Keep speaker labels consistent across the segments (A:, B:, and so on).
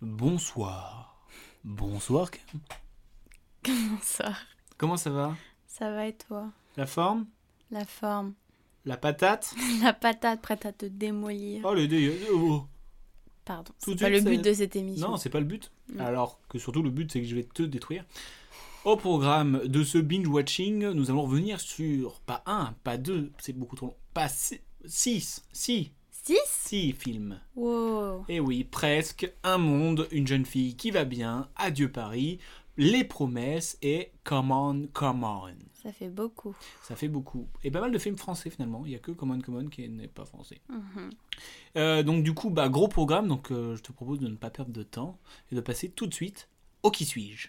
A: Bonsoir. Bonsoir.
B: Comment ça
A: Comment ça va
B: Ça va et toi
A: La forme
B: La forme.
A: La patate
B: La patate prête à te démolir.
A: Oh le dé... oh.
B: Pardon. C'est pas le but de cette émission.
A: Non, c'est pas le but. Mmh. Alors que surtout le but c'est que je vais te détruire. Au programme de ce binge-watching, nous allons revenir sur pas un, pas deux, c'est beaucoup trop long, pas six, six, six,
B: six,
A: six films.
B: Wow.
A: Et Eh oui, presque un monde, une jeune fille qui va bien, adieu Paris, les promesses et Come On, Come On.
B: Ça fait beaucoup.
A: Ça fait beaucoup. Et pas mal de films français finalement. Il n'y a que Come On, Come On qui n'est pas français.
B: Mm -hmm.
A: euh, donc du coup, bah, gros programme. Donc euh, je te propose de ne pas perdre de temps et de passer tout de suite au Qui suis-je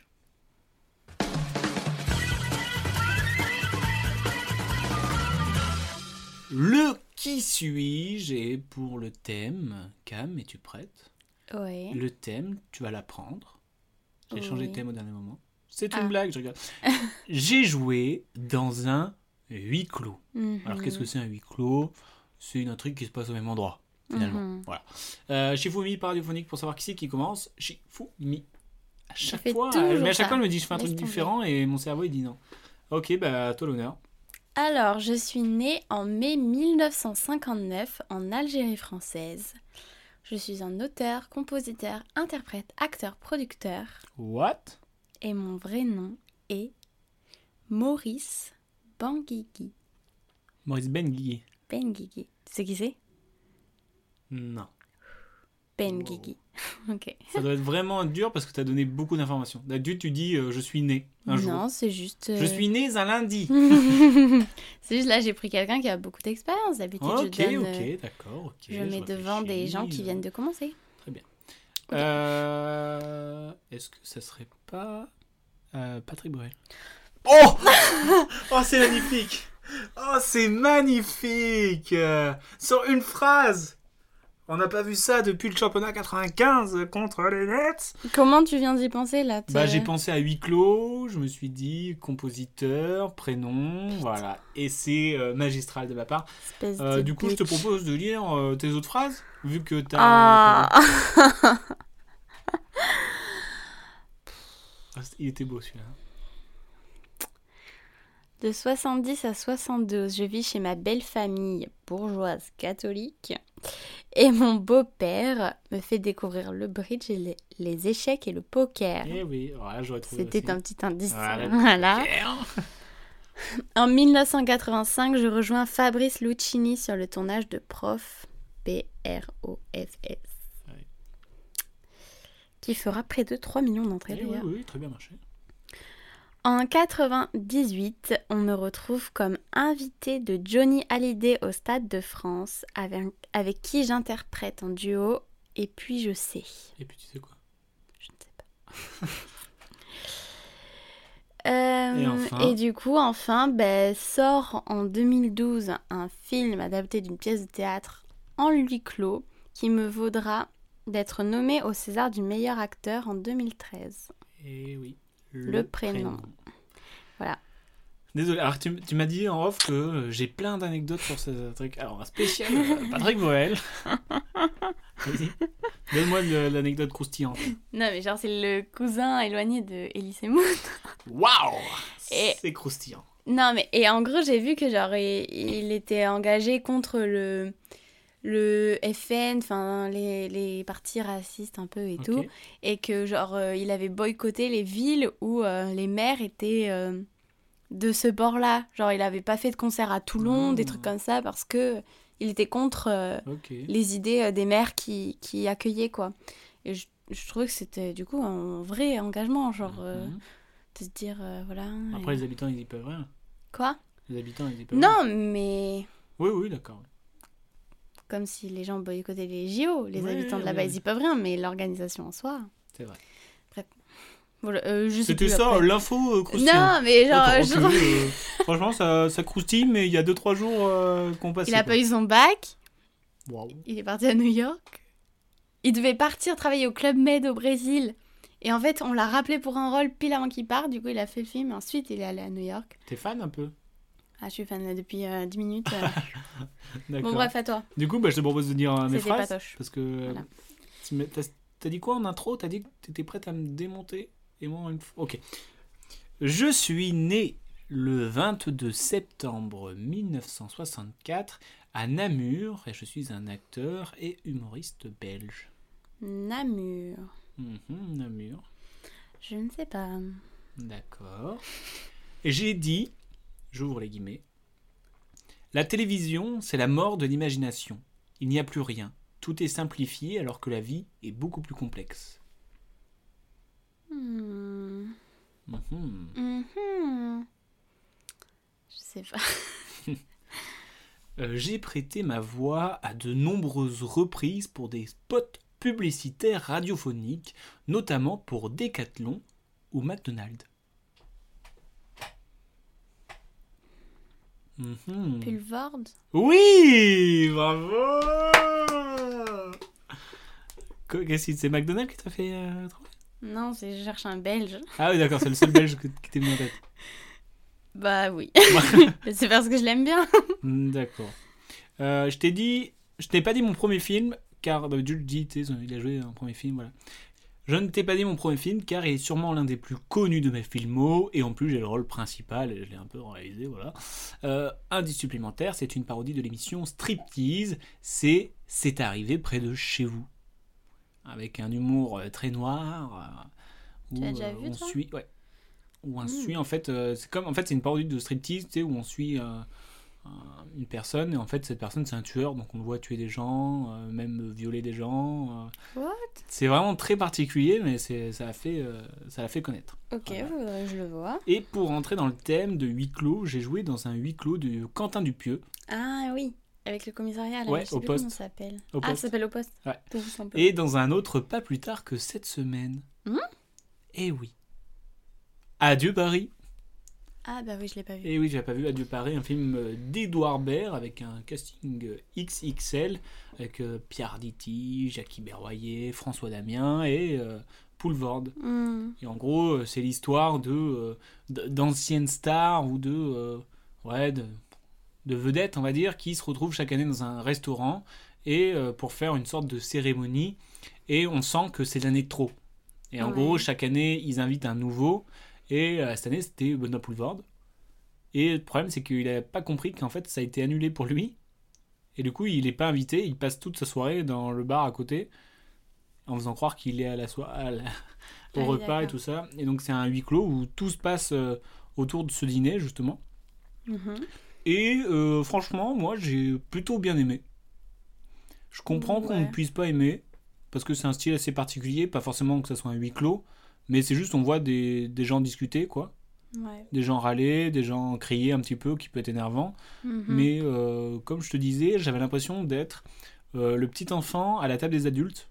A: Le qui suis-je et pour le thème, Cam, es-tu prête
B: Oui.
A: Le thème, tu vas l'apprendre. J'ai
B: Oui.
A: changé de thème au dernier moment. C'est une
B: Ah.
A: blague, je regarde. J'ai joué dans un huis clos.
B: Mhm.
A: Alors qu'est-ce que c'est un huis clos C'est une intrigue qui se passe au même endroit, finalement.
B: Mhm.
A: Voilà. Euh, Shifumi par radiophonique pour savoir qui c'est qui commence. Shifumi. À chaque
B: fais
A: fois,
B: toujours
A: mais à chaque
B: ça.
A: fois, elle me dit je fais un
B: Laisse
A: truc
B: tomber.
A: différent et mon cerveau il dit non. Ok, bah à toi l'honneur.
B: Alors, je suis née en mai 1959 en Algérie française. Je suis un auteur, compositeur, interprète, acteur, producteur.
A: What
B: Et mon vrai nom est Maurice Benguigui.
A: Maurice Benguier.
B: Benguigui. Tu sais qui c'est
A: Non.
B: Benguigui. ok.
A: Ça doit être vraiment dur parce que tu as donné beaucoup d'informations. D'habitude, tu dis euh, je suis né un
B: non,
A: jour.
B: c'est juste.
A: Je
B: euh,
A: suis né un lundi.
B: c'est juste là, j'ai pris quelqu'un qui a beaucoup d'expérience. D'habitude,
A: ok,
B: je donne. euh,
A: ok, d'accord. ok,
B: je mets devant des
A: réfléchis.
B: gens qui viennent de commencer.
A: Très bien. Euh, Est-ce que ça serait pas euh, Patrick Bruel Oh Oh, c'est magnifique Oh, c'est magnifique Euh, Sur une phrase On n'a pas vu ça depuis le championnat 95 contre les Nets
B: Comment tu viens d'y penser là te-
A: Bah, j'ai pensé à huis clos, je me suis dit compositeur, prénom, voilà. Et c'est euh, magistral de ma part.
B: Espèce
A: Euh,
B: de
A: du coup, je te
B: bitch.
A: propose de lire euh, tes autres phrases, vu que t'as.
B: Ah
A: Ah, c- Il était beau celui-là.
B: De 70 à 72, je vis chez ma belle famille bourgeoise catholique et mon beau-père me fait découvrir le bridge et les, les échecs et le poker.
A: Eh oui, voilà, j'aurais trouvé.
B: Ah. C'était
A: aussi.
B: un petit indice.
A: Voilà.
B: voilà.
A: Pierre.
B: En 1985, je rejoins Fabrice Lucchini sur le tournage de Prof. P-R-O-F-S.
A: Ouais.
B: Qui fera près de 3 millions d'entrées
A: Eh oui,
B: d'ailleurs.
A: oui, très bien marché.
B: En 98, on me retrouve comme invité de Johnny Hallyday au Stade de France, avec, avec qui j'interprète en duo Et puis je sais.
A: Et puis tu sais quoi
B: Je ne sais pas. Euh,
A: Et enfin
B: et du coup, enfin, ben, sort en 2012 un film adapté d'une pièce de théâtre en huis clos qui me vaudra d'être nommé au César du meilleur acteur en 2013.
A: Eh oui.
B: Le prénom. Voilà.
A: Désolé, alors tu, tu m'as dit en off que euh, j'ai plein d'anecdotes sur ce truc. Alors, un spécial euh, Patrick Boel. Vas-y. Donne-moi de- l'anecdote croustillante.
B: Non, mais genre, c'est le cousin éloigné de Elie Semoun.
A: Waouh
B: Et-
A: C'est croustillant.
B: Non, mais et en gros, j'ai vu que genre il, il était engagé contre le le FN, enfin les, les partis racistes un peu et
A: Ok.
B: tout, et que genre euh, il avait boycotté les villes où euh, les maires étaient euh, de ce bord-là. Genre il avait pas fait de concert à Toulon, des
A: Ah.
B: trucs comme ça parce que euh, il était contre euh,
A: Ok.
B: les idées euh, des maires qui, qui accueillaient quoi. Et je, je trouvais que c'était du coup un vrai engagement, genre euh,
A: Mhm.
B: de se dire euh, voilà.
A: Après,
B: et-
A: les habitants, ils y peuvent rien.
B: Quoi
A: Les habitants, ils y peuvent rien.
B: Non, mais
A: Oui, oui, d'accord.
B: comme si les gens boycottaient les JO, les
A: Ouais,
B: habitants de là-bas,
A: ouais.
B: ils y peuvent rien, mais l'organisation en soi.
A: C'est vrai.
B: Voilà, euh, je sais
A: C'était
B: plus
A: ça,
B: après.
A: l'info euh, croustillante.
B: Non, mais genre,
A: Autant-
B: je-
A: autant- euh, franchement, ça, ça croustille, mais il y a 2-3 jours euh, qu'on passe.
B: il a pas eu son bac,
A: Waouh.
B: il est parti à New York. Il devait partir travailler au Club Med au Brésil. Et en fait, on l'a rappelé pour un rôle pile avant qu'il parte. Du coup, il a fait le film. Ensuite, il est allé à New York.
A: T'es fan un peu
B: Ah, je suis fan là depuis euh, 10 minutes. euh.
A: D'accord.
B: bon, bref, à toi.
A: Du coup, bah, je te propose de dire euh, mes
B: C'était
A: phrases.
B: patoche.
A: Parce que. euh,
B: Voilà.
A: tu m'as- T'as t'as dit quoi en intro T'as dit que t'étais prête à me démonter Et moi, une fois. Ok. Je suis né le 22 septembre 1964 à Namur et je suis un acteur et humoriste belge.
B: Namur.
A: Mhm, Namur.
B: Je ne sais pas.
A: D'accord. Et J'ai dit, j'ouvre les guillemets, la télévision, c'est la mort de l'imagination. Il n'y a plus rien. Tout est simplifié alors que la vie est beaucoup plus complexe.
B: Hmm.
A: Mhm.
B: Mhm. Je sais pas.
A: Euh, J'ai prêté ma voix à de nombreuses reprises pour des spots publicitaires radiophoniques, notamment pour Decathlon ou McDonald's. Mhm.
B: Pulvord
A: Oui, bravo. Quoi, Qu'est-ce que c'est McDonald's qui t'a fait euh, trouver
B: Non, c'est je cherche un belge.
A: Ah oui, d'accord, c'est le seul belge que- qui t'est venu en tête.
B: Bah oui. c'est parce que je l'aime bien.
A: Hmm, D'accord. Euh, je t'ai dit, je t'ai pas dit mon premier film car d'habitude je dis, tu sais, il a joué un premier film, voilà. Je ne t'ai pas dit mon premier film car il est sûrement l'un des plus connus de mes filmos et en plus j'ai le rôle principal et je l'ai un peu réalisé, voilà. Euh, indice supplémentaire, c'est une parodie de l'émission Striptease, c'est C'est arrivé près de chez vous, avec un humour euh, très noir. euh,
B: Tu
A: où,
B: l'as déjà
A: euh,
B: vu,
A: on
B: toi
A: suit, ouais. Où on
B: Mm.
A: suit en fait, euh, c'est comme en fait c'est une parodie de Striptease, tu sais, où on suit. euh, un- une personne et en fait cette personne c'est un tueur donc on le voit tuer des gens euh, même violer des gens euh.
B: What
A: c'est vraiment très particulier mais c'est ça a fait euh, ça a fait connaître
B: Ok,
A: Voilà.
B: faudrait que je le vois.
A: et pour rentrer dans le thème de huis clos j'ai joué dans un huis clos de Quentin Dupieux
B: Ah oui, avec le commissariat là,
A: Ouais,
B: je sais
A: au
B: plus
A: poste.
B: comment ça s'appelle.
A: Au
B: Ah, ça
A: poste.
B: s'appelle au poste.
A: Ouais.
B: Tout simplement.
A: et dans un autre pas plus tard que cette semaine
B: Hmm
A: et oui Adieu Paris
B: Ah bah oui, je l'ai pas vu.
A: Et oui, j'ai pas vu Adieu Paris, un film euh, d'Edouard Baird avec un casting euh, XXL avec euh, Pierre Ditti, Jackie Berroyer, François Damien et euh, Poulvord.
B: Hmm.
A: Et en gros, euh, c'est l'histoire de euh, d- d'anciennes stars ou de euh, ouais de, de vedettes, on va dire, qui se retrouvent chaque année dans un restaurant et euh, pour faire une sorte de cérémonie. Et on sent que c'est l'année de trop. Et en
B: Ouais.
A: gros, chaque année, ils invitent un nouveau. Et euh, cette année, c'était Benoît Poulvord. Et le problème, c'est qu'il n'a pas compris qu'en fait, ça a été annulé pour lui. Et du coup, il n'est pas invité. Il passe toute sa soirée dans le bar à côté en faisant croire qu'il est à la soirée au
B: Ah oui,
A: repas et
B: d'accord.
A: tout ça. Et donc, c'est un huis clos où tout se passe euh, autour de ce dîner, justement.
B: Mhm.
A: Et euh, franchement, moi, j'ai plutôt bien aimé. Je comprends qu'on
B: Ouais.
A: ne puisse pas aimer, parce que c'est un style assez particulier, pas forcément que ça soit un huis clos, mais c'est juste on voit des, des gens discuter, quoi.
B: Ouais.
A: Des gens râler, des gens crier un petit peu, qui peut être énervant.
B: Mhm.
A: Mais euh, comme je te disais, j'avais l'impression d'être euh, le petit enfant à la table des adultes.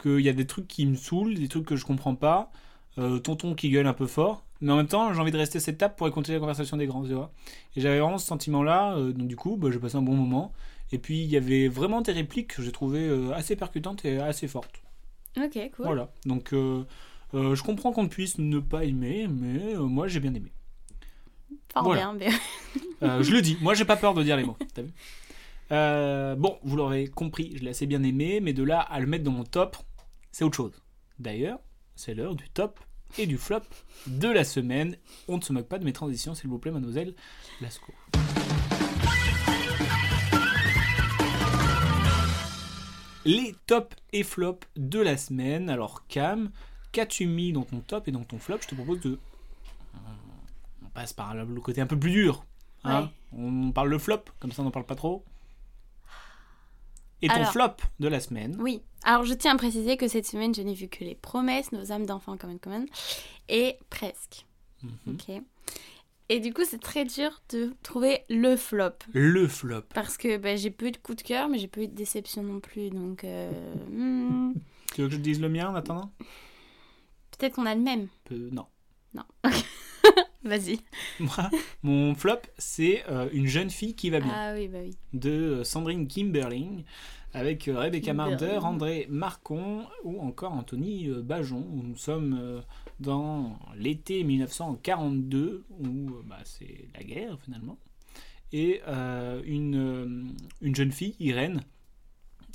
A: Qu'il y a des trucs qui me saoulent, des trucs que je comprends pas, euh, tonton qui gueule un peu fort. Mais en même temps, j'ai envie de rester à cette table pour écouter la conversation des grands, tu vois. Et j'avais vraiment ce sentiment-là, euh, donc du coup, bah, j'ai passé un bon moment. Et puis, il y avait vraiment des répliques que j'ai trouvées euh, assez percutantes et assez fortes.
B: Mmh. Ok, cool.
A: Voilà. Donc, euh, euh, je comprends qu'on puisse ne pas aimer, mais euh, moi, j'ai bien aimé.
B: Fort
A: Voilà.
B: bien, mais...
A: Euh, je le dis, moi j'ai pas peur de dire les mots, t'as vu Euh, Bon, vous l'aurez compris, je l'ai assez bien aimé, mais de là à le mettre dans mon top, c'est autre chose. D'ailleurs, c'est l'heure du top et du flop de la semaine. On ne se moque pas de mes transitions, s'il vous plaît, mademoiselle Lasco. Les tops et flops de la semaine. Alors Cam, qu'as-tu mis dans ton top et dans ton flop Je te propose de... On passe par le côté un peu plus dur. hein.
B: Ouais.
A: On parle le flop, comme ça on n'en parle pas trop. Et ton
B: Alors.
A: flop de la semaine
B: Oui. Alors, je tiens à préciser que cette semaine, je n'ai vu que Les Promesses, Nos âmes d'enfants, Common Common, et Presque.
A: Mhm.
B: Ok. Et du coup, c'est très dur de trouver le flop.
A: Le flop.
B: Parce que bah, j'ai peu eu de coups de cœur, mais j'ai peu eu de déception non plus. Donc, euh, hmm.
A: Tu veux que je te dise le mien en attendant
B: Peut-être qu'on a le même.
A: Peu- non.
B: Vas-y.
A: Moi, mon flop, c'est euh, Une jeune fille qui va bien
B: Ah oui, bah oui.
A: de euh, Sandrine Kimberling avec euh, Rebecca
B: Kimberling.
A: Marder, André Marcon ou encore Anthony euh, Bajon. où Nous sommes euh, dans l'été 1942 où euh, bah, c'est la guerre finalement. Et euh, une, euh, une jeune fille, Irène,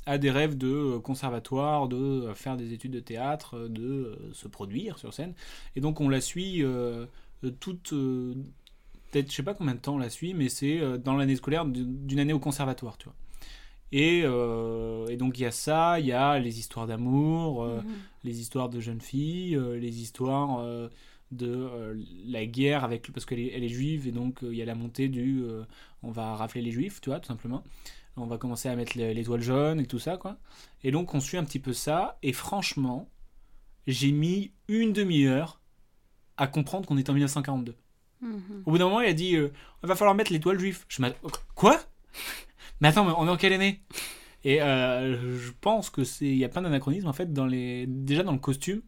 A: a des rêves de euh, conservatoire, de euh, faire des études de théâtre, euh, de euh, se produire sur scène. Et donc on la suit euh, euh, toute, euh, peut-être je sais pas combien de temps on la suit, mais c'est euh, dans l'année scolaire d'une d'une année au conservatoire, tu vois. Et, euh, et donc il y a ça, il y a les histoires d'amour, euh,
B: Mhm.
A: les histoires de jeunes filles, euh, les histoires euh, de euh, la guerre avec parce qu'elle est, elle est juive et donc euh, il y a la montée du euh, on va rafler les juifs, tu vois, tout simplement. On va commencer à mettre les- l'étoile jaune et tout ça quoi. Et donc on suit un petit peu ça et franchement, j'ai mis une demi-heure à comprendre qu'on est en 1942.
B: Mhm.
A: Au bout d'un moment, il a dit euh, Il va falloir mettre l'étoile juive. Je m'att- Quoi Mais attends, mais on est en quelle année Et euh, je pense que c'est il y a plein d'anachronismes en fait dans les déjà dans le costume.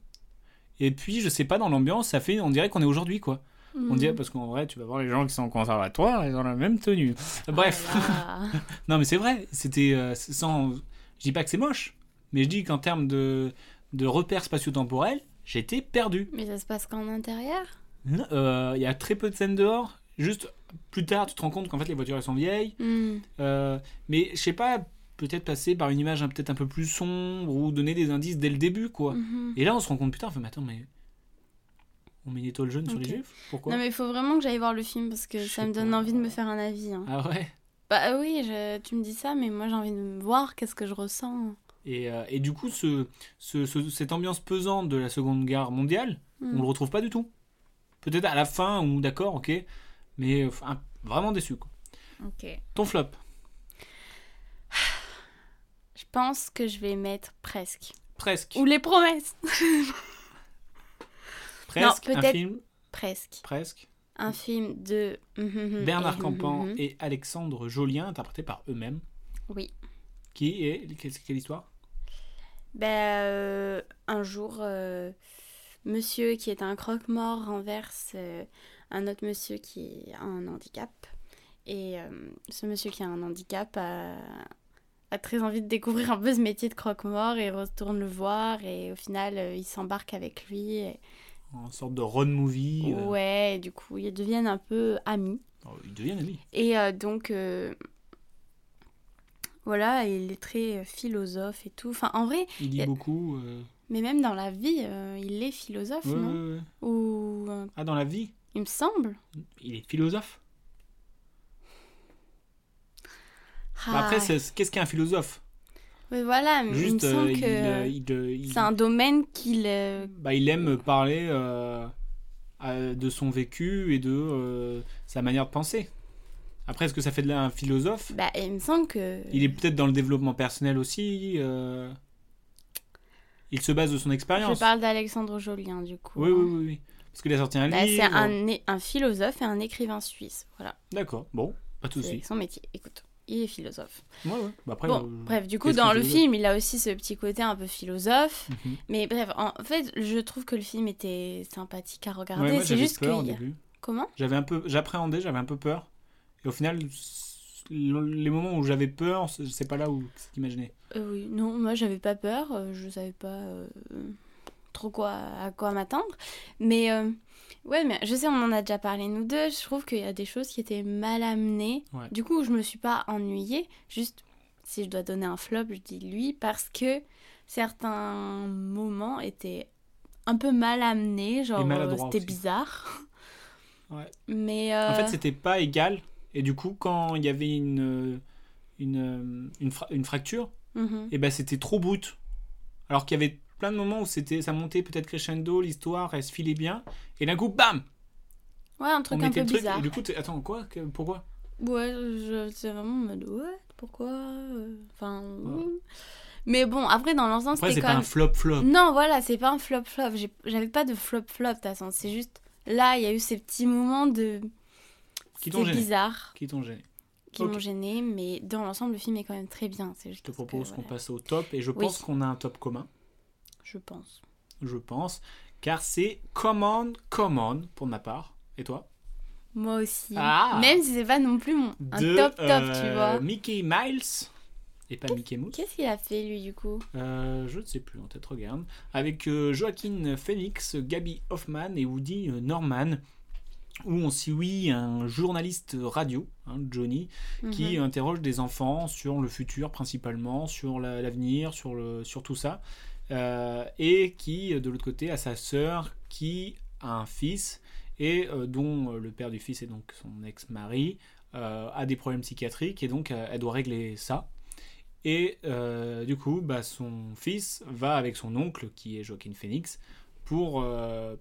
A: Et puis je sais pas dans l'ambiance, ça fait on dirait qu'on est aujourd'hui quoi.
B: Mhm.
A: On dirait parce qu'en vrai, tu vas voir les gens qui sont au conservatoire, ils ont la même tenue. Bref.
B: Ah là là.
A: Non, mais c'est vrai, c'était euh, c'est sans. Je dis pas que c'est moche, mais je dis qu'en termes de, de repères spatio-temporels, j'étais perdu.
B: Mais ça se passe qu'en intérieur
A: Non, euh, Il y a très peu de scènes dehors. Juste plus tard, tu te rends compte qu'en fait les voitures elles sont vieilles.
B: Hmm.
A: Euh, mais je sais pas, peut-être passer par une image hein, peut-être un peu plus sombre ou donner des indices dès le début quoi.
B: Mhm.
A: Et là on se rend compte plus tard, on fait, mais attends, mais. On met une étoile jaune sur les
B: Ok.
A: juifs Pourquoi
B: Non mais il faut vraiment que j'aille voir le film parce que
A: Je
B: ça me
A: sais
B: donne
A: pas.
B: envie de me faire un avis. hein.
A: Ah ouais
B: Bah oui, je- tu me dis ça, mais moi j'ai envie de me voir, qu'est-ce que je ressens
A: et, euh, et du coup, ce, ce- ce- cette ambiance pesante de la Seconde Guerre mondiale,
B: Hmm.
A: on le retrouve pas du tout. Peut-être à la fin, ou d'accord, ok. Mais euh, un- vraiment déçu. Quoi.
B: Ok.
A: Ton flop
B: Je pense que je vais mettre presque.
A: Presque.
B: Ou les promesses
A: presque
B: non,
A: un
B: peut-être-
A: film.
B: Presque.
A: Presque.
B: Un film de... Mm. Mhm.
A: Bernard
B: Mm-hmm.
A: Campan
B: Campan
A: et Alexandre Jolien, interprétés par eux-mêmes.
B: Oui.
A: Qui est. Quelle, quelle histoire
B: Ben, euh, un jour, euh, monsieur qui est un croque-mort renverse euh, un autre monsieur qui a un handicap. Et euh, ce monsieur qui a un handicap a, a très envie de découvrir un peu ce métier de croque-mort et retourne le voir. Et au final, euh, il s'embarque avec lui. et-
A: En sorte de road movie. euh,
B: Ouais, et du coup, ils deviennent un peu amis.
A: oh, ils deviennent amis.
B: Et euh, donc, euh, voilà, il est très euh, philosophe et tout. Enfin, en vrai,
A: Il lit
B: Et-
A: beaucoup. euh,
B: mais même dans la vie, euh, il est philosophe,
A: ouais,
B: non
A: ouais, ouais.
B: Ou. euh,
A: Ah, dans la vie
B: il me semble.
A: Il est philosophe Bah
B: Ah,
A: Après, c'est- qu'est-ce qu'un philosophe
B: ouais, voilà, mais
A: Juste,
B: il me semble
A: euh, il,
B: que
A: euh, il, euh, il-
B: c'est un domaine qu'il. euh,
A: bah, il aime parler euh, à- de son vécu et de euh, sa manière de penser. Après, est-ce que ça fait de là un philosophe
B: Bah, il me semble que.
A: Il est peut-être dans le développement personnel aussi. euh, Il se base de son
B: Je
A: expérience.
B: parle d'Alexandre Jolien, du coup.
A: Oui,
B: hein.
A: oui, euh, oui, oui. Parce qu'il a sorti un
B: Bah, c'est
A: livre.
B: un, é- un philosophe et un écrivain suisse. Voilà,
A: D'accord, bon, pas de
B: c'est
A: soucis.
B: son métier. Écoute, il est philosophe.
A: Ouais, ouais. Bah, après,
B: bon,
A: euh,
B: bref, du coup,
A: qu'est-ce
B: dans
A: qu'un
B: le
A: philosophe
B: film, il a aussi ce petit côté un peu philosophe.
A: Mhm.
B: Mais bref, en fait, je trouve que le film était sympathique à
A: Ouais,
B: regarder.
A: moi,
B: c'est
A: j'avais
B: juste que.
A: peur au
B: il y a-
A: début.
B: Comment
A: J'avais un peu, j'appréhendais, j'avais un peu peur. Et au final, s- les moments où j'avais peur, c'est c'est pas là où c'est imaginé.
B: Euh, oui, non, moi j'avais pas peur, euh, je savais pas euh, trop quoi, à quoi m'attendre. Mais euh, ouais, mais je sais, on en a déjà parlé nous deux, je trouve qu'il y a des choses qui étaient mal amenées.
A: Ouais.
B: Du coup, je me suis pas ennuyée, juste si je dois donner un flop, je dis lui, parce que certains moments étaient un peu mal amenés, genre euh,
A: maladroits
B: c'était
A: aussi.
B: bizarre.
A: Ouais.
B: Mais euh,
A: En fait, c'était pas égal. Et du coup, quand il y avait une, une, une, fra- une fracture,
B: mhm.
A: et ben c'était trop brut. Alors qu'il y avait plein de moments où c'était, ça montait peut-être crescendo, l'histoire, elle se filait bien. Et d'un coup, bam
B: ouais, un truc
A: On
B: un
A: mettait
B: peu
A: le truc.
B: bizarre.
A: Et du coup, t'es- attends, quoi Que- Pourquoi
B: Ouais, je- c'est vraiment en mode ouais, pourquoi euh, Enfin. oui. Mais bon, après, dans l'ensemble,
A: Après, c'est
B: c'était
A: pas
B: quand
A: un
B: même.
A: flop-flop.
B: Non, voilà, c'est pas un flop-flop. J'ai- J'avais pas de flop-flop, de toute façon. C'est juste. Là, il y a eu ces petits moments de.
A: Qui t'ont
B: C'est
A: gêné
B: bizarre,
A: Qui t'ont gêné
B: qui
A: Ok.
B: m'ont gêné, mais dans l'ensemble, le film est quand même très bien. C'est
A: Je
B: juste.
A: te
B: parce que,
A: propose qu'on
B: voilà,
A: passe au top. Et je
B: Oui.
A: pense qu'on a un top commun.
B: Je pense.
A: je pense, car c'est Common Common pour ma part. Et toi
B: Moi aussi.
A: Ah.
B: Même si c'est pas non plus mon un
A: De,
B: top top, tu
A: euh,
B: vois.
A: Mickey Miles et pas Mickey Mouse.
B: Qu'est-ce qu'il a fait lui du coup
A: Euh, je ne sais plus, en tête regarde. Avec euh, Joaquin Phoenix, Gabby Hoffman et Woody euh, Norman, où on suit un journaliste radio, hein, Johnny, qui interroge des enfants sur le futur principalement, sur la- l'avenir, sur, le- sur tout ça. Euh, et qui, de l'autre côté, a sa sœur qui a un fils et euh, dont euh, le père du fils est donc son ex-mari, euh, a des problèmes psychiatriques et donc euh, elle doit régler ça. Et euh, du coup, bah, son fils va avec son oncle, qui est Joaquin Phoenix, pour, euh,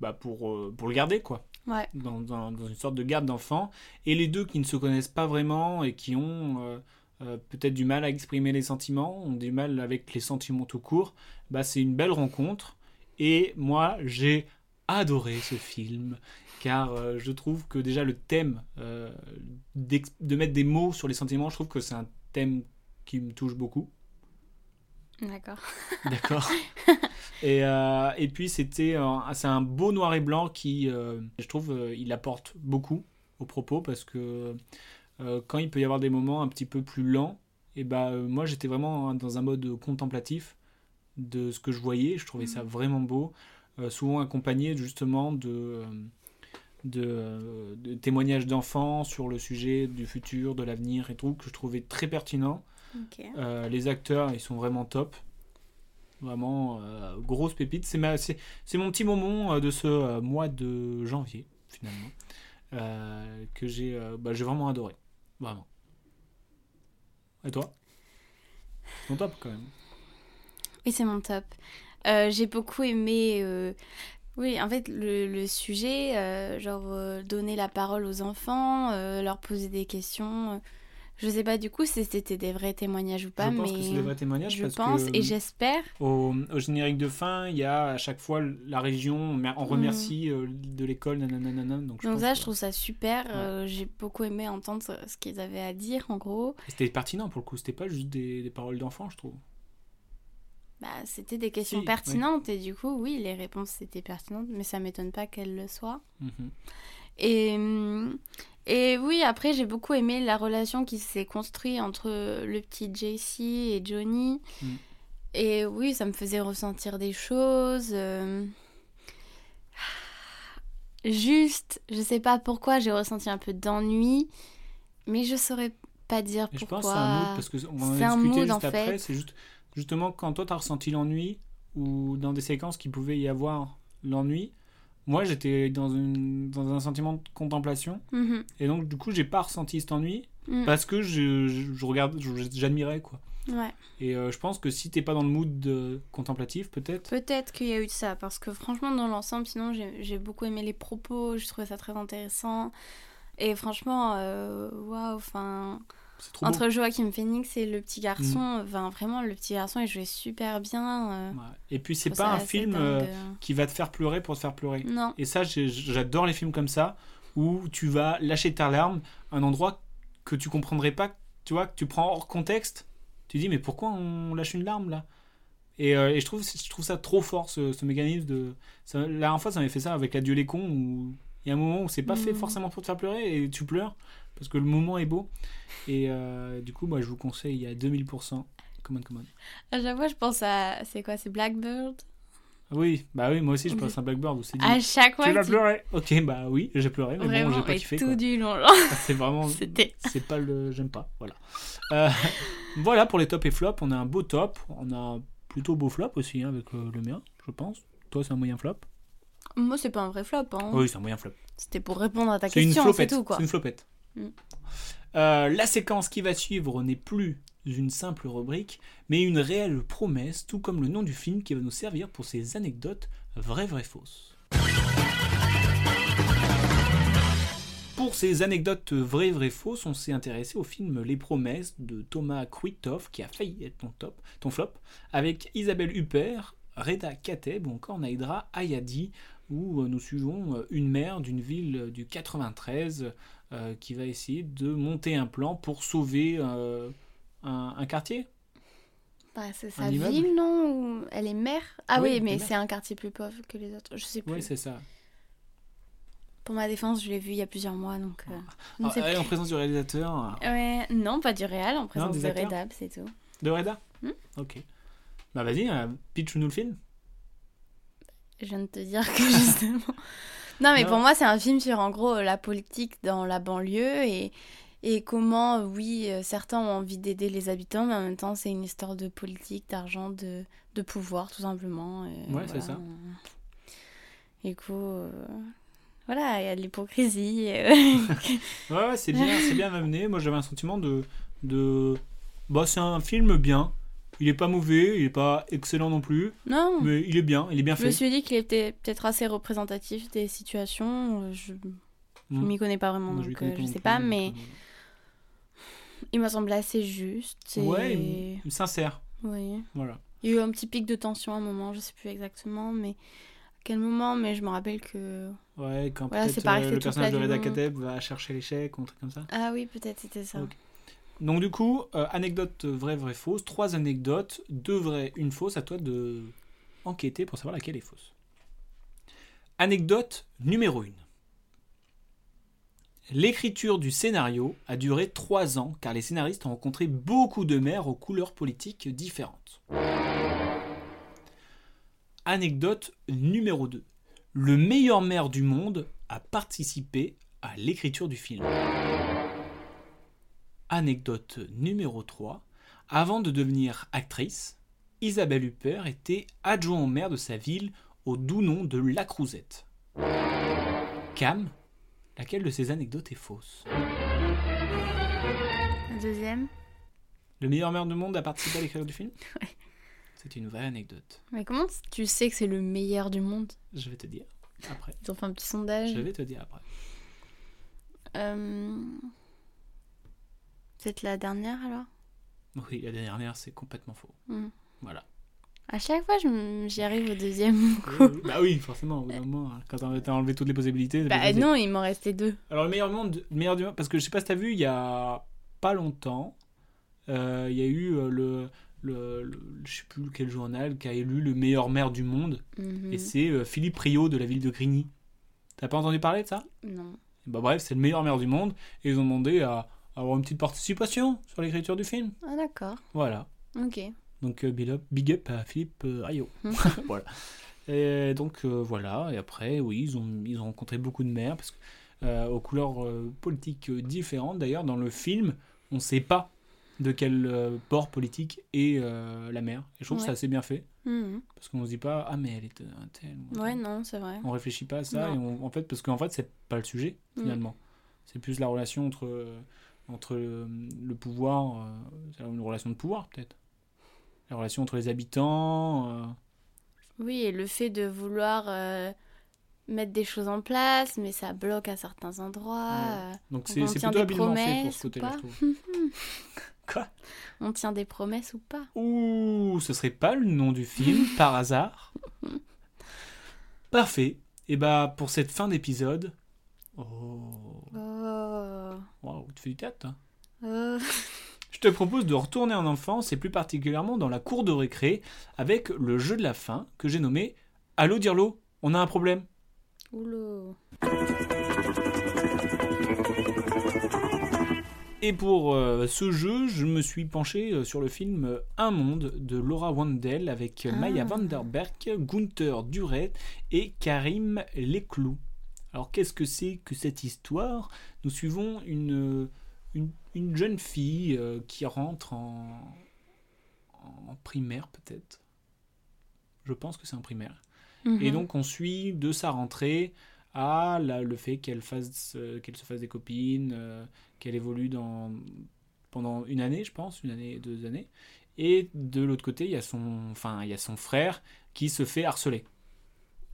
A: bah, pour, euh, pour le garder, quoi.
B: Ouais.
A: Dans, dans- dans une sorte de garde d'enfant. Et les deux qui ne se connaissent pas vraiment et qui ont euh, euh, peut-être du mal à exprimer les sentiments, ont du mal avec les sentiments tout court, bah, c'est une belle rencontre. Et moi, j'ai adoré ce film, car euh, je trouve que déjà le thème euh, d'ex- de mettre des mots sur les sentiments, je trouve que c'est un thème qui me touche beaucoup.
B: Mhm. D'accord.
A: D'accord. et, euh, et puis c'était un- c'est un beau noir et blanc qui, euh, je trouve, euh, il apporte beaucoup au propos parce que euh, quand il peut y avoir des moments un petit peu plus lents, et bah euh, moi j'étais vraiment dans un mode contemplatif de ce que je voyais. Je trouvais ça vraiment beau, euh, souvent accompagné justement de euh, de, euh, de témoignages d'enfants sur le sujet du futur, de l'avenir et tout, que je trouvais très pertinent.
B: Ok.
A: Euh, les acteurs, ils sont vraiment top. Vraiment, euh, grosse pépite. C'est, ma, c'est, c'est mon petit moment euh, de ce euh, mois de janvier, finalement, euh, que j'ai, euh, bah, j'ai vraiment adoré. Vraiment. Et toi Ton top, quand même.
B: Oui, c'est mon top. Euh, j'ai beaucoup aimé. euh, Oui, en fait, le, le sujet, euh, genre euh, donner la parole aux enfants, euh, leur poser des questions. euh, Je sais pas du coup si c'était des vrais témoignages ou pas,
A: je pense
B: Bah, mais
A: que c'est des vrais témoignages.
B: je
A: parce
B: pense
A: que, euh,
B: et j'espère.
A: au, au générique de fin, il y a à chaque fois la région, on remercie euh, de l'école, nanana. nanana, Donc, je
B: Donc
A: pense
B: Mm. ça,
A: que-
B: je trouve ça super. euh, j'ai beaucoup aimé entendre ce- ce qu'ils avaient à dire, en gros.
A: Et C'était pertinent pour le coup, c'était pas juste des, des paroles d'enfants, je trouve.
B: Bah, c'était des questions
A: Si, oui.
B: pertinentes et du coup, oui, les réponses étaient pertinentes, mais ça m'étonne pas qu'elles le soient.
A: Mhm.
B: Et, hum, et oui, après, j'ai beaucoup aimé la relation qui s'est construite entre le petit JC et Johnny.
A: Mm.
B: Et oui, ça me faisait ressentir des choses. euh, Juste, je sais pas pourquoi, j'ai ressenti un peu d'ennui, mais je saurais pas dire
A: Et je
B: pourquoi.
A: pense que c'est un mood, parce qu'on en
B: C'est
A: a
B: un
A: discuté
B: mood,
A: juste
B: en
A: après,
B: fait.
A: c'est juste, justement quand toi t'as ressenti l'ennui, ou dans des séquences qui pouvait y avoir l'ennui, moi j'étais dans, une, dans un sentiment de contemplation,
B: Mhm,
A: et donc du coup j'ai pas ressenti cet ennui,
B: Mm.
A: parce que je, je, je regarde, je- j'admirais quoi.
B: ouais.
A: Et euh, je pense que si t'es pas dans le mood euh, contemplatif, peut-être,
B: Peut-être qu'il y a eu de ça, parce que franchement, dans l'ensemble, sinon, j'ai j'ai beaucoup aimé les propos, je trouvais ça très intéressant. Et franchement, euh, waouh, enfin.
A: c'est trop beau.
B: entre Joachim Phoenix et le petit garçon,
A: Mm.
B: enfin, vraiment, le petit garçon, il jouait super bien. euh,
A: Ouais. Et puis
B: je
A: c'est
B: trouve
A: pas
B: ça
A: un
B: assez
A: film
B: dingue.
A: euh, qui va te faire pleurer pour te faire pleurer.
B: Non,
A: Et ça, j'ai- j'adore les films comme ça, où tu vas lâcher ta larme à un endroit que tu comprendrais pas, tu vois, que tu prends hors contexte. Tu dis, mais pourquoi on lâche une larme là et, euh, et je, trouve, je trouve ça trop fort, ce, ce mécanisme. de ça, La dernière fois, ça m'avait fait ça avec Adieu les cons, où il y a un moment où c'est pas fait
B: Mhm.
A: forcément pour te faire pleurer, et tu pleures, parce que le moment est beau. Et euh, du coup, moi, je vous conseille, il y a 2000%. Comment, comment
B: à chaque fois, je pense à. C'est quoi, c'est Blackbird
A: Oui, bah oui, moi aussi, je
B: Oui.
A: pense à Blackbird, où Mm. c'est dit,
B: À chaque fois.
A: tu l'as
B: tu-
A: pleuré Ok, bah oui, j'ai pleuré, mais
B: Vraiment,
A: bon, j'ai pas
B: et
A: kiffé.
B: tout
A: quoi.
B: du long, genre,
A: Ah, C'est vraiment.
B: c'était.
A: C'est pas le. J'aime pas. Voilà. Euh, voilà pour les tops et flops. On a un beau top. On a un plutôt beau flop aussi hein, avec euh, le mien, je pense. Toi, c'est un moyen flop
B: Moi, c'est pas un vrai flop, hein.
A: Oui, c'est un moyen flop.
B: C'était pour répondre à ta
A: C'est une
B: question, c'est
A: flopette.
B: tout, quoi.
A: C'est une flopette.
B: Mm.
A: Euh, la séquence qui va suivre n'est plus une simple rubrique, mais une réelle promesse, tout comme le nom du film qui va nous servir pour ces anecdotes vraies, vraies, fausses. Pour ces anecdotes vraies, vraies, fausses, on s'est intéressé au film Les Promesses de Thomas Kwitoff, qui a failli être ton, top, ton flop, avec Isabelle Huppert, Reda Kateb ou encore Naïdra Ayadi, où euh, nous suivons euh, une mère d'une ville euh, du 93 euh, qui va essayer de monter un plan pour sauver euh, un, un quartier.
B: Bah, c'est
A: Un
B: sa
A: immeuble
B: ville, non Ou Elle est maire Ah oui,
A: Oui, elle est
B: mais
A: maire.
B: c'est un quartier plus pauvre que les autres. Je sais plus.
A: Ouais, c'est ça.
B: Pour ma défense, je l'ai vu il y a plusieurs mois, donc. euh, je ne
A: Ah,
B: sais
A: allez,
B: plus.
A: en présence du réalisateur euh,
B: Ouais, non, pas du réel, en présence
A: des
B: de
A: acteurs.
B: Redab, c'est tout.
A: de Reda.
B: Hmm
A: ok. Bah vas-y, euh, pitch-nous le film.
B: Je viens de te dire que justement. non, mais
A: Non.
B: pour moi, c'est un film sur en gros la politique dans la banlieue et, et comment, oui, euh, certains ont envie d'aider les habitants, mais en même temps, c'est une histoire de politique, d'argent, de, de pouvoir, tout simplement. et
A: Ouais, c'est ça.
B: Du coup, euh, voilà, il y a de l'hypocrisie. euh.
A: Ouais, ouais, c'est bien, c'est bien amené. Moi, j'avais un sentiment de, de, bah, c'est un film bien. Il est pas mauvais, il est pas excellent non plus,
B: non,
A: mais il est bien, il est bien
B: Hmm. je me
A: fait.
B: suis dit qu'il était peut-être assez représentatif des situations. euh, Je, je
A: Mm.
B: m'y connais pas vraiment,
A: Moi, je lui
B: donc
A: connais
B: euh,
A: pas
B: je
A: non
B: sais
A: plus,
B: pas,
A: donc,
B: mais.
A: euh,
B: Il m'a semblé assez juste. Et...
A: Ouais, sincère.
B: Oui.
A: Voilà.
B: Il y a eu un petit pic de tension à un moment, je sais plus exactement, mais à quel moment, mais je me rappelle que.
A: Ouais, quand
B: Voilà, c'est
A: peut-être
B: pareil,
A: euh,
B: c'est
A: le
B: tout
A: personnage de Reda
B: pavillon.
A: Kateb va chercher l'échec ou un truc comme ça.
B: Ah oui, peut-être c'était ça.
A: Ok. Donc du coup, euh, anecdote vraie, vraie, fausse. Trois anecdotes, deux vraies, une fausse. À toi de enquêter pour savoir laquelle est fausse. Anecdote numéro 1. L'écriture du scénario a duré trois ans car les scénaristes ont rencontré beaucoup de maires aux couleurs politiques différentes. Anecdote numéro 2. Le meilleur maire du monde a participé à l'écriture du film. Anecdote numéro 3. Avant de devenir actrice, Isabelle Huppert était adjoint au maire de sa ville au doux nom de La Crouzette. Cam, laquelle de ces anecdotes est fausse
B: Deuxième.
A: Le meilleur maire du monde a participé à l'écriture du film C'est une vraie anecdote.
B: Mais comment tu sais que c'est le meilleur du monde
A: Je vais te dire après.
B: Ils ont fait un petit sondage.
A: Je vais te dire après.
B: Euh, Peut-être la dernière alors
A: Oui, la dernière, c'est complètement faux.
B: Hmm.
A: Voilà.
B: À chaque fois, je m- j'y arrive au deuxième coup.
A: Oui, oui. bah oui, forcément, au bout d'un moment, hein, quand t'as enlevé toutes les possibilités. t'as
B: bah
A: pas-
B: non, il m'en restait deux.
A: Alors le meilleur monde, le meilleur du monde, parce que je sais pas si t'as vu, il y a pas longtemps, euh, il y a eu euh, le, le, le- je sais plus quel journal qui a élu le meilleur maire du monde,
B: Mhm.
A: et c'est euh, Philippe Priot de la ville de Grigny. T'as pas entendu parler de ça
B: Non.
A: Bah bref, c'est le meilleur maire du monde, et ils ont demandé à, à avoir une petite participation sur l'écriture du film.
B: Ah d'accord.
A: Voilà.
B: Ok.
A: Donc euh, big up, big up à Philippe euh, Ayo.
B: Hum.
A: voilà. Et donc euh, voilà, et après, oui, ils ont, ils ont rencontré beaucoup de maires, parce que, euh, aux couleurs euh, politiques euh, différentes. D'ailleurs, dans le film, on ne sait pas de quel euh, bord politique est euh, la mère. Et je trouve que
B: Ouais.
A: c'est assez bien fait,
B: Mhm.
A: parce qu'on ne se dit pas, ah mais elle est un tel. ou un
B: Ouais,
A: tel.
B: non, c'est vrai.
A: On réfléchit pas à ça,
B: Non.
A: et on- en fait, parce qu'en fait, c'est pas le sujet,
B: Mm.
A: finalement. C'est plus la relation entre, euh, entre euh, le pouvoir, euh, c'est une relation de pouvoir, peut-être. La relation entre les habitants. euh,
B: Oui, et le fait de vouloir euh, mettre des choses en place, mais ça bloque à certains endroits.
A: Ouais.
B: euh,
A: Donc,
B: On
A: c'est
B: en
A: c'est
B: tient
A: plutôt
B: des
A: habilement fait pour
B: promesses
A: ce
B: ou
A: côté-là,
B: pas
A: je trouve. Quoi
B: on tient des promesses ou pas
A: Ouh, ce serait pas le nom du film, par hasard Parfait. Et bah, pour cette fin d'épisode. Oh.
B: Oh.
A: Waouh, tu fais du théâtre, toi Je te propose de retourner en enfance et plus particulièrement dans la cour de récré avec le jeu de la fin que j'ai nommé Allô Dirlo, on a un problème.
B: Oulou.
A: Et pour euh, ce jeu, je me suis penché euh, sur le film euh, Un monde de Laura Wandel avec euh, Maya
B: Ah.
A: Vanderberg, Gunther Duret et Karim Leclou. Alors qu'est-ce que c'est que cette histoire Nous suivons une, euh, une, une jeune fille euh, qui rentre en, en primaire peut-être. Je pense que c'est en primaire.
B: Mhm.
A: Et donc on suit de sa rentrée à la- le fait qu'elle fasse, euh, qu'elle se fasse des copines, euh, qu'elle évolue dans, pendant une année, je pense, une année, deux années. Et de l'autre côté, il y a son, enfin, il y a son frère qui se fait harceler,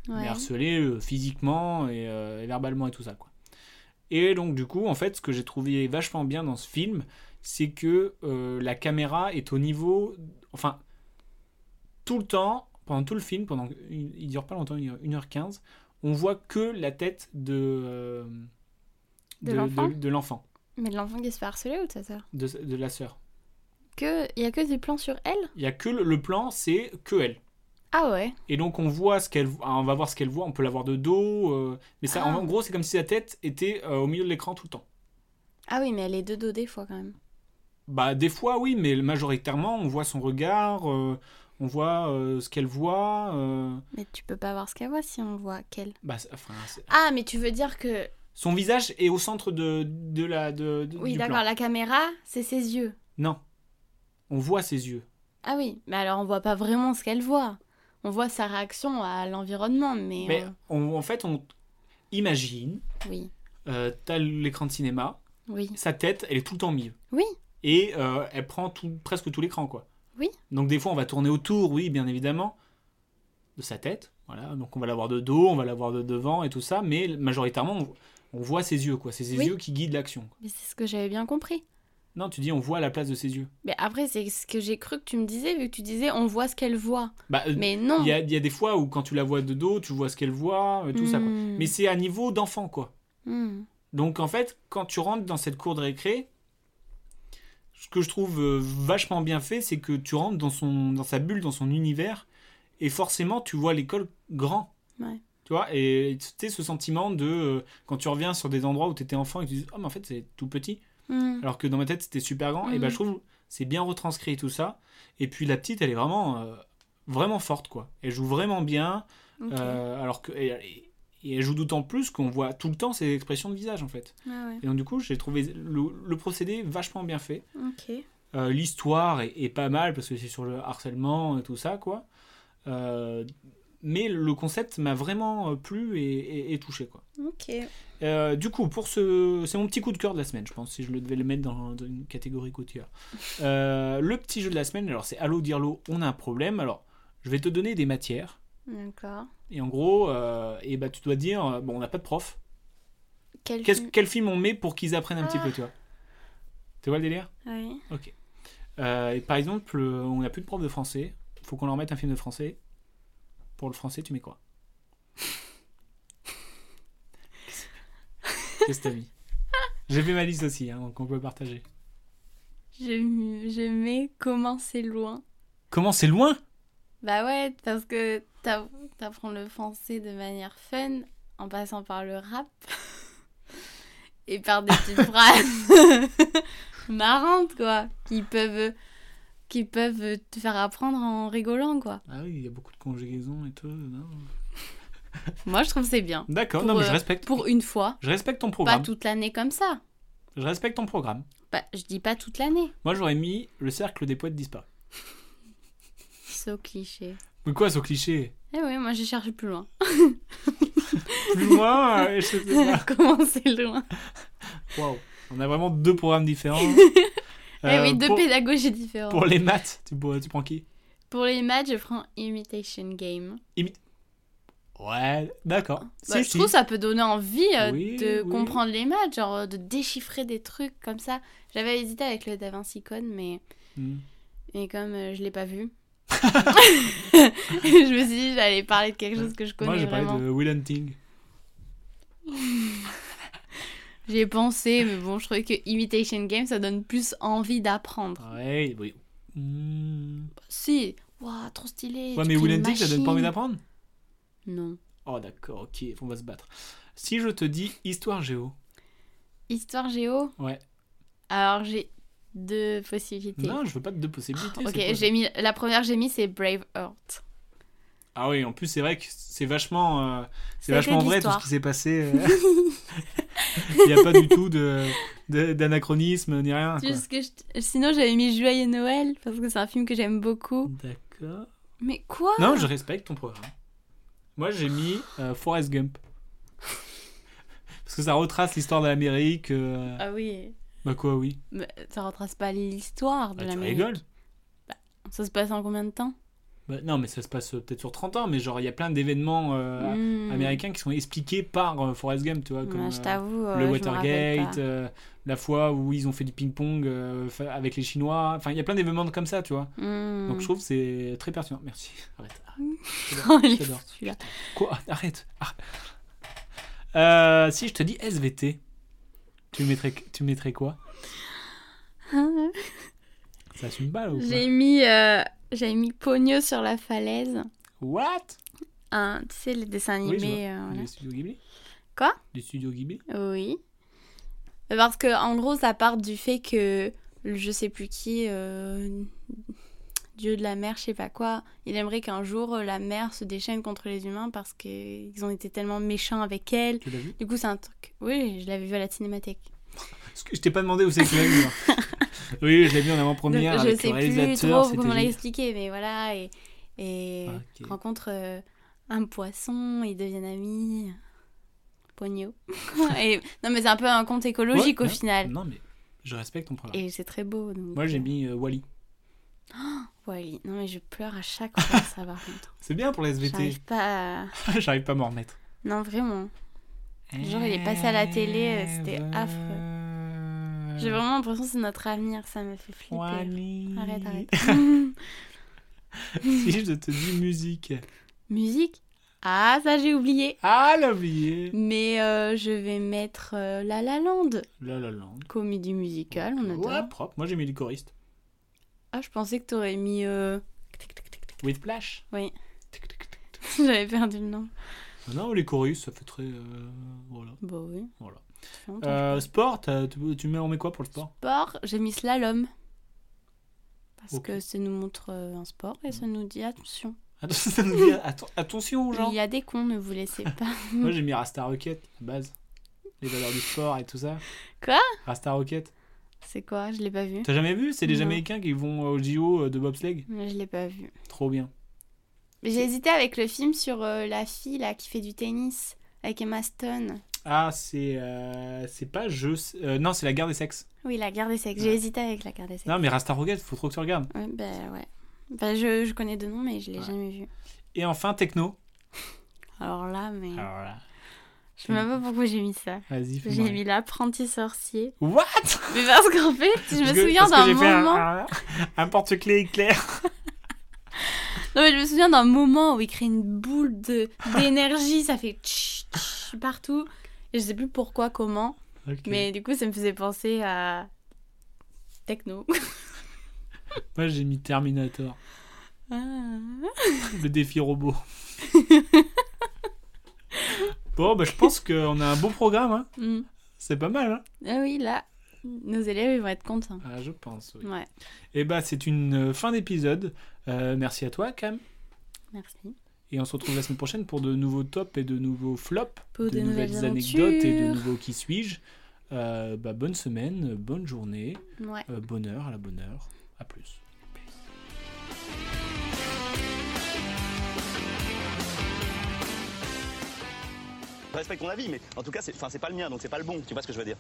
B: Mhm.
A: mais
B: Ouais.
A: harceler euh, physiquement et, euh, et verbalement et tout ça, quoi. Et donc du coup, en fait, ce que j'ai trouvé vachement bien dans ce film, c'est que euh, la caméra est au niveau, enfin, tout le temps, pendant tout le film, pendant une- il dure pas longtemps, 1h15, on voit que la tête de euh,
B: De l'enfant
A: de- de l'enfant,
B: Mais de l'enfant qui se fait harceler ou de sa sœur
A: de, de la sœur.
B: que, il y a que des plans sur elle
A: Il y a que le, le plan, c'est que elle.
B: Ah ouais.
A: Et donc on voit ce qu'elle, ah, on va voir ce qu'elle voit. On peut la voir de dos, euh, mais ça, en,
B: Ah.
A: en gros, c'est comme si sa tête était euh, au milieu de l'écran tout le temps.
B: Ah oui, mais elle est de dos des fois quand même.
A: Bah des fois oui, mais majoritairement on voit son regard, euh, on voit euh, ce qu'elle voit. euh,
B: Mais tu peux pas voir ce qu'elle voit si on voit qu'elle.
A: bah, c'est- enfin, c'est-
B: Ah, mais tu veux dire que.
A: son visage est au centre de, de la de, de-
B: Oui,
A: du
B: d'accord,
A: plan.
B: la caméra, c'est ses yeux.
A: Non, on voit ses yeux.
B: Ah oui, mais alors on voit pas vraiment ce qu'elle voit. On voit sa réaction à l'environnement, mais.
A: Mais on- en fait, on imagine,
B: on- Oui,
A: euh, t'as l'écran de cinéma,
B: oui,
A: sa tête, elle est tout le temps au milieu.
B: Oui.
A: Et euh, elle prend tout- presque tout l'écran, quoi.
B: Oui.
A: Donc des fois, on va tourner autour, oui, bien évidemment, de sa tête. Voilà, donc on va la voir de dos, on va la voir de devant et tout ça, mais majoritairement, on, on voit ses yeux, quoi. C'est ses
B: Oui.
A: yeux qui guident l'action.
B: mais c'est ce que j'avais bien compris.
A: Non, tu dis on voit à la place de ses yeux.
B: Mais après, c'est ce que j'ai cru que tu me disais, vu que tu disais on voit ce qu'elle voit.
A: Bah, euh,
B: Mais non.
A: il y a, il y a des fois où quand tu la vois de dos, tu vois ce qu'elle voit, et tout ça, quoi.
B: Hmm,
A: Mais c'est à niveau d'enfant, quoi.
B: hmm.
A: Donc en fait, quand tu rentres dans cette cour de récré, ce que je trouve euh, vachement bien fait, c'est que tu rentres dans, son, dans sa bulle, dans son univers, et forcément tu vois l'école grand.
B: Ouais.
A: Tu vois, et tu sais, ce sentiment de euh, quand tu reviens sur des endroits où tu étais enfant et que tu dis, oh, mais en fait c'est tout petit,
B: Hmm.
A: alors que dans ma tête c'était super grand, et ben
B: Mhm.
A: je trouve c'est bien retranscrit tout ça. Et puis la petite, elle est vraiment, euh, vraiment forte, quoi. Elle joue vraiment bien,
B: Ok.
A: euh, alors que, et- et- et elle joue d'autant plus qu'on voit tout le temps ses expressions de visage, en fait.
B: Ah ouais.
A: Et donc du coup, j'ai trouvé le, le procédé vachement bien fait.
B: Ok.
A: Euh, L'histoire est, est pas mal parce que c'est sur le harcèlement et tout ça, quoi. Euh, mais le concept m'a vraiment euh, plu et, et- et touché, quoi.
B: Ok.
A: Euh, du coup, pour ce, c'est mon petit coup de cœur de la semaine, je pense, si je le devais le mettre dans, dans une catégorie coup de cœur. Euh, le petit jeu de la semaine, alors c'est Allo Dirlo, on a un problème. Alors, je vais te donner des matières.
B: D'accord.
A: Et en gros, euh, et bah, tu dois dire, euh, bon, on n'a pas de prof.
B: Quel
A: Qu'est-ce-
B: film-
A: quel film on met pour qu'ils apprennent un petit peu, tu vois Tu vois le délire
B: Oui.
A: Euh, et par exemple, euh, on n'a plus de prof de français. Faut qu'on leur mette un film de français. Pour le français, tu mets quoi Qu'est-ce que t'as mis J'ai fait ma liste aussi, hein, donc on peut partager.
B: Je, m- je mets comment c'est loin.
A: Comment c'est loin
B: Bah ouais, parce que t'av- t'apprends le français de manière fun en passant par le rap et par des petites phrases marrantes quoi, qui peuvent qui peuvent te faire apprendre en rigolant quoi.
A: Ah oui, il y a beaucoup de conjugaisons et tout. non
B: Moi je trouve que c'est bien.
A: D'accord,
B: Pour,
A: non mais je
B: euh,
A: respecte.
B: Pour une fois,
A: Je respecte ton
B: pas
A: programme.
B: toute l'année comme ça.
A: Je respecte ton programme.
B: Bah, je dis pas toute l'année.
A: Moi, j'aurais mis le cercle des poètes disparus.
B: So cliché.
A: Mais quoi, ce cliché
B: Eh oui, moi j'ai cherché plus loin.
A: Plus loin, euh, je sais pas.
B: Comment c'est loin
A: Waouh, on a vraiment deux programmes différents.
B: Eh
A: Euh,
B: oui, deux
A: pour,
B: pédagogies différentes.
A: pour les maths, tu, tu prends qui
B: Pour les maths, je prends Imitation Game.
A: Ouais, d'accord.
B: Bah, je trouve ça peut donner envie euh,
A: Oui,
B: de
A: oui.
B: comprendre les maths, genre euh, de déchiffrer des trucs comme ça. J'avais hésité avec le Da Vinci Code, mais,
A: Hmm.
B: mais comme euh, je l'ai pas vu, je me suis dit j'allais parler de quelque chose que je
A: Moi,
B: connais
A: j'ai parlé
B: vraiment.
A: de Will Hunting.
B: J'y ai pensé, mais bon, je trouvais que Imitation Game, ça donne plus envie d'apprendre.
A: Ouais, oui. Hmm.
B: Si, waouh, trop stylé.
A: Ouais,
B: tu
A: mais
B: crées
A: Will
B: une
A: Hunting, ça donne pas envie
B: machine.
A: d'apprendre
B: Non.
A: Oh, d'accord, ok, on va se battre. Si je te dis histoire géo,
B: Histoire géo
A: Ouais.
B: Alors j'ai deux possibilités.
A: non, je veux pas de deux possibilités.
B: Ok,
A: c'est quoi
B: j'ai mis la première que j'ai mis c'est Brave Heart.
A: Ah oui, en plus, c'est vrai que c'est vachement, euh, c'est
B: Ça a été
A: vachement
B: de
A: vrai tout
B: l'histoire.
A: ce qui s'est passé. euh. Il n'y a pas du tout de- de- d'anachronisme ni rien.
B: Tu
A: quoi.
B: sais ce que je- Sinon j'avais mis Joyeux Noël parce que c'est un film que j'aime beaucoup.
A: D'accord.
B: Mais quoi
A: Non, je respecte ton programme. Moi, j'ai mis euh, Forrest Gump. Parce que ça retrace l'histoire de l'Amérique. euh,
B: Ah oui.
A: Bah quoi, oui.
B: Mais ça retrace pas l'histoire de
A: Bah,
B: la
A: tu rigoles.
B: Ça se passe en combien de temps
A: Bah, non, mais ça se passe euh, peut-être sur 30 ans, mais genre, il y a plein d'événements euh,
B: Hmm.
A: américains qui sont expliqués par euh, Forrest Gump, tu vois.
B: Ouais,
A: Comme,
B: je
A: euh,
B: t'avoue. euh,
A: le
B: je me
A: Watergate,
B: rappelle
A: euh, la fois où ils ont fait du ping-pong euh, fa- avec les Chinois. Enfin, il y a plein d'événements comme ça, tu vois.
B: pas. Hmm.
A: Donc, je trouve que c'est très pertinent. Merci. Arrête.
B: Oh, il est
A: j'adore.
B: fou, celui-là.
A: Quoi Arrête. arrête. Euh, si je te dis SVT, tu mettrais, tu mettrais quoi Ça assume pas, là, ou
B: J'ai mis, euh, j'avais mis Pogneux sur la falaise.
A: quoi What
B: Un, tu sais, les dessins
A: Oui, je vois.
B: animés. euh, voilà.
A: Du studio Ghibli
B: Quoi
A: Du studio Ghibli
B: Oui. Parce que en gros, ça part du fait que le je sais plus qui, euh, dieu de la mer, je sais pas quoi, il aimerait qu'un jour euh, la mer se déchaîne contre les humains parce qu'ils ont été tellement méchants avec elle.
A: Tu l'as vu
B: Du coup, c'est un truc. Oui, je l'avais vu à la cinémathèque.
A: Parce que Je t'ai pas demandé où c'est que tu l'as vu. hein. oui, je l'ai vu en
B: Donc,
A: avant-première
B: je
A: avec
B: sais
A: le
B: plus
A: réalisateur.
B: trop
A: c'était
B: comment
A: génial. Ah,
B: l'expliquer, mais voilà. Et, et
A: Ok.
B: rencontre euh, un poisson, ils deviennent amis. Poignot. et, non, mais c'est un peu un conte écologique
A: Ouais,
B: au
A: ouais.
B: final.
A: Non, mais je respecte ton programme.
B: Et c'est très beau. donc,
A: Moi, j'ai
B: euh,
A: mis euh, Wally.
B: Wally. Non, mais je pleure à chaque fois, ça par contre.
A: C'est bien pour les SVT.
B: J'arrive pas à...
A: J'arrive pas à m'en remettre.
B: Non, vraiment. Genre, il est passé à la télé, euh, c'était
A: affreux.
B: J'ai vraiment l'impression que c'est notre avenir, ça me fait flipper.
A: Wally.
B: Arrête, arrête.
A: si je te dis musique.
B: Musique Ah, ça j'ai oublié.
A: Ah, l'a oublié.
B: Mais euh, je vais mettre euh, La La Land.
A: La la Land.
B: Comédie musicale, on adore.
A: Ouais, propre. Moi, j'ai mis le choriste.
B: Ah, je pensais que t'aurais mis... euh, tic, tic, tic, tic.
A: With Flash.
B: Oui.
A: Tic, tic, tic, tic.
B: J'avais perdu le nom.
A: Ah Non, les choristes, ça fait très. euh, voilà.
B: Bon, Bah oui.
A: Voilà.
B: ça fait longtemps.
A: Euh, sport, t'as- tu, tu mets, on met quoi pour le sport
B: Sport, j'ai mis Slalom. Parce
A: Ok. Mhm.
B: que ça nous montre euh, un sport et ça nous dit attention.
A: Attends, ça nous dit- atten- Attention aux gens.
B: Il y a des cons, ne vous laissez pas.
A: Moi, j'ai mis Rasta Rocket, la base. Les valeurs du sport et tout ça.
B: Quoi
A: Rasta Rocket.
B: C'est quoi Je l'ai pas vu.
A: T'as jamais vu C'est les
B: Non.
A: Jamaïcains qui vont au JO de bobsleigh.
B: Mais Je l'ai pas vu.
A: Trop bien.
B: Mais J'ai hésité avec le film sur euh, la fille là qui fait du tennis avec Emma Stone.
A: Ah, c'est euh, c'est pas je. sais- euh, non, c'est la guerre des sexes.
B: Oui, la garde des sexes.
A: Ouais.
B: J'ai hésité avec la garde des sexes.
A: Non, mais Rasta Rocket, faut trop que tu regardes.
B: Ouais, bah ouais. Bah, je, je connais deux noms, mais je l'ai
A: Ouais.
B: jamais vu.
A: Et enfin, techno.
B: Alors là, mais.
A: Alors là,
B: je sais même pas pourquoi j'ai mis ça.
A: vas-y, fais
B: J'ai mis l'apprenti sorcier.
A: What
B: Mais parce qu'en fait, je me
A: Parce que-
B: souviens
A: parce que
B: d'un
A: j'ai fait un-
B: moment.
A: Un, un porte-clés éclair.
B: Non, mais je me souviens d'un moment où il crée une boule de- d'énergie, ça fait tch, tch partout. Et je sais plus pourquoi, comment.
A: Ok.
B: Mais du coup, ça me faisait penser à techno.
A: Moi, j'ai mis Terminator. Ah. Le défi robot. bon, bah, je pense qu'on a un beau programme. hein.
B: Mm.
A: C'est pas mal, hein
B: Ah oui, là, nos élèves ils vont être contents.
A: Ah, je pense, oui.
B: Ouais,
A: Et bah, c'est une euh, fin d'épisode. Euh, merci à toi, Cam.
B: merci.
A: Et on se retrouve la semaine prochaine pour de nouveaux tops et de nouveaux flops,
B: Pour de nouvelles
A: anecdotes et de
B: aventures.
A: nouveaux qui suis-je. Euh, bah, bonne semaine, euh, bonne journée,
B: Ouais.
A: euh, bonne heure à la bonne heure. À plus.
C: Je respecte ton avis, mais en tout cas, c'est enfin, c'est pas le mien, donc c'est pas le bon. Tu vois ce que je veux dire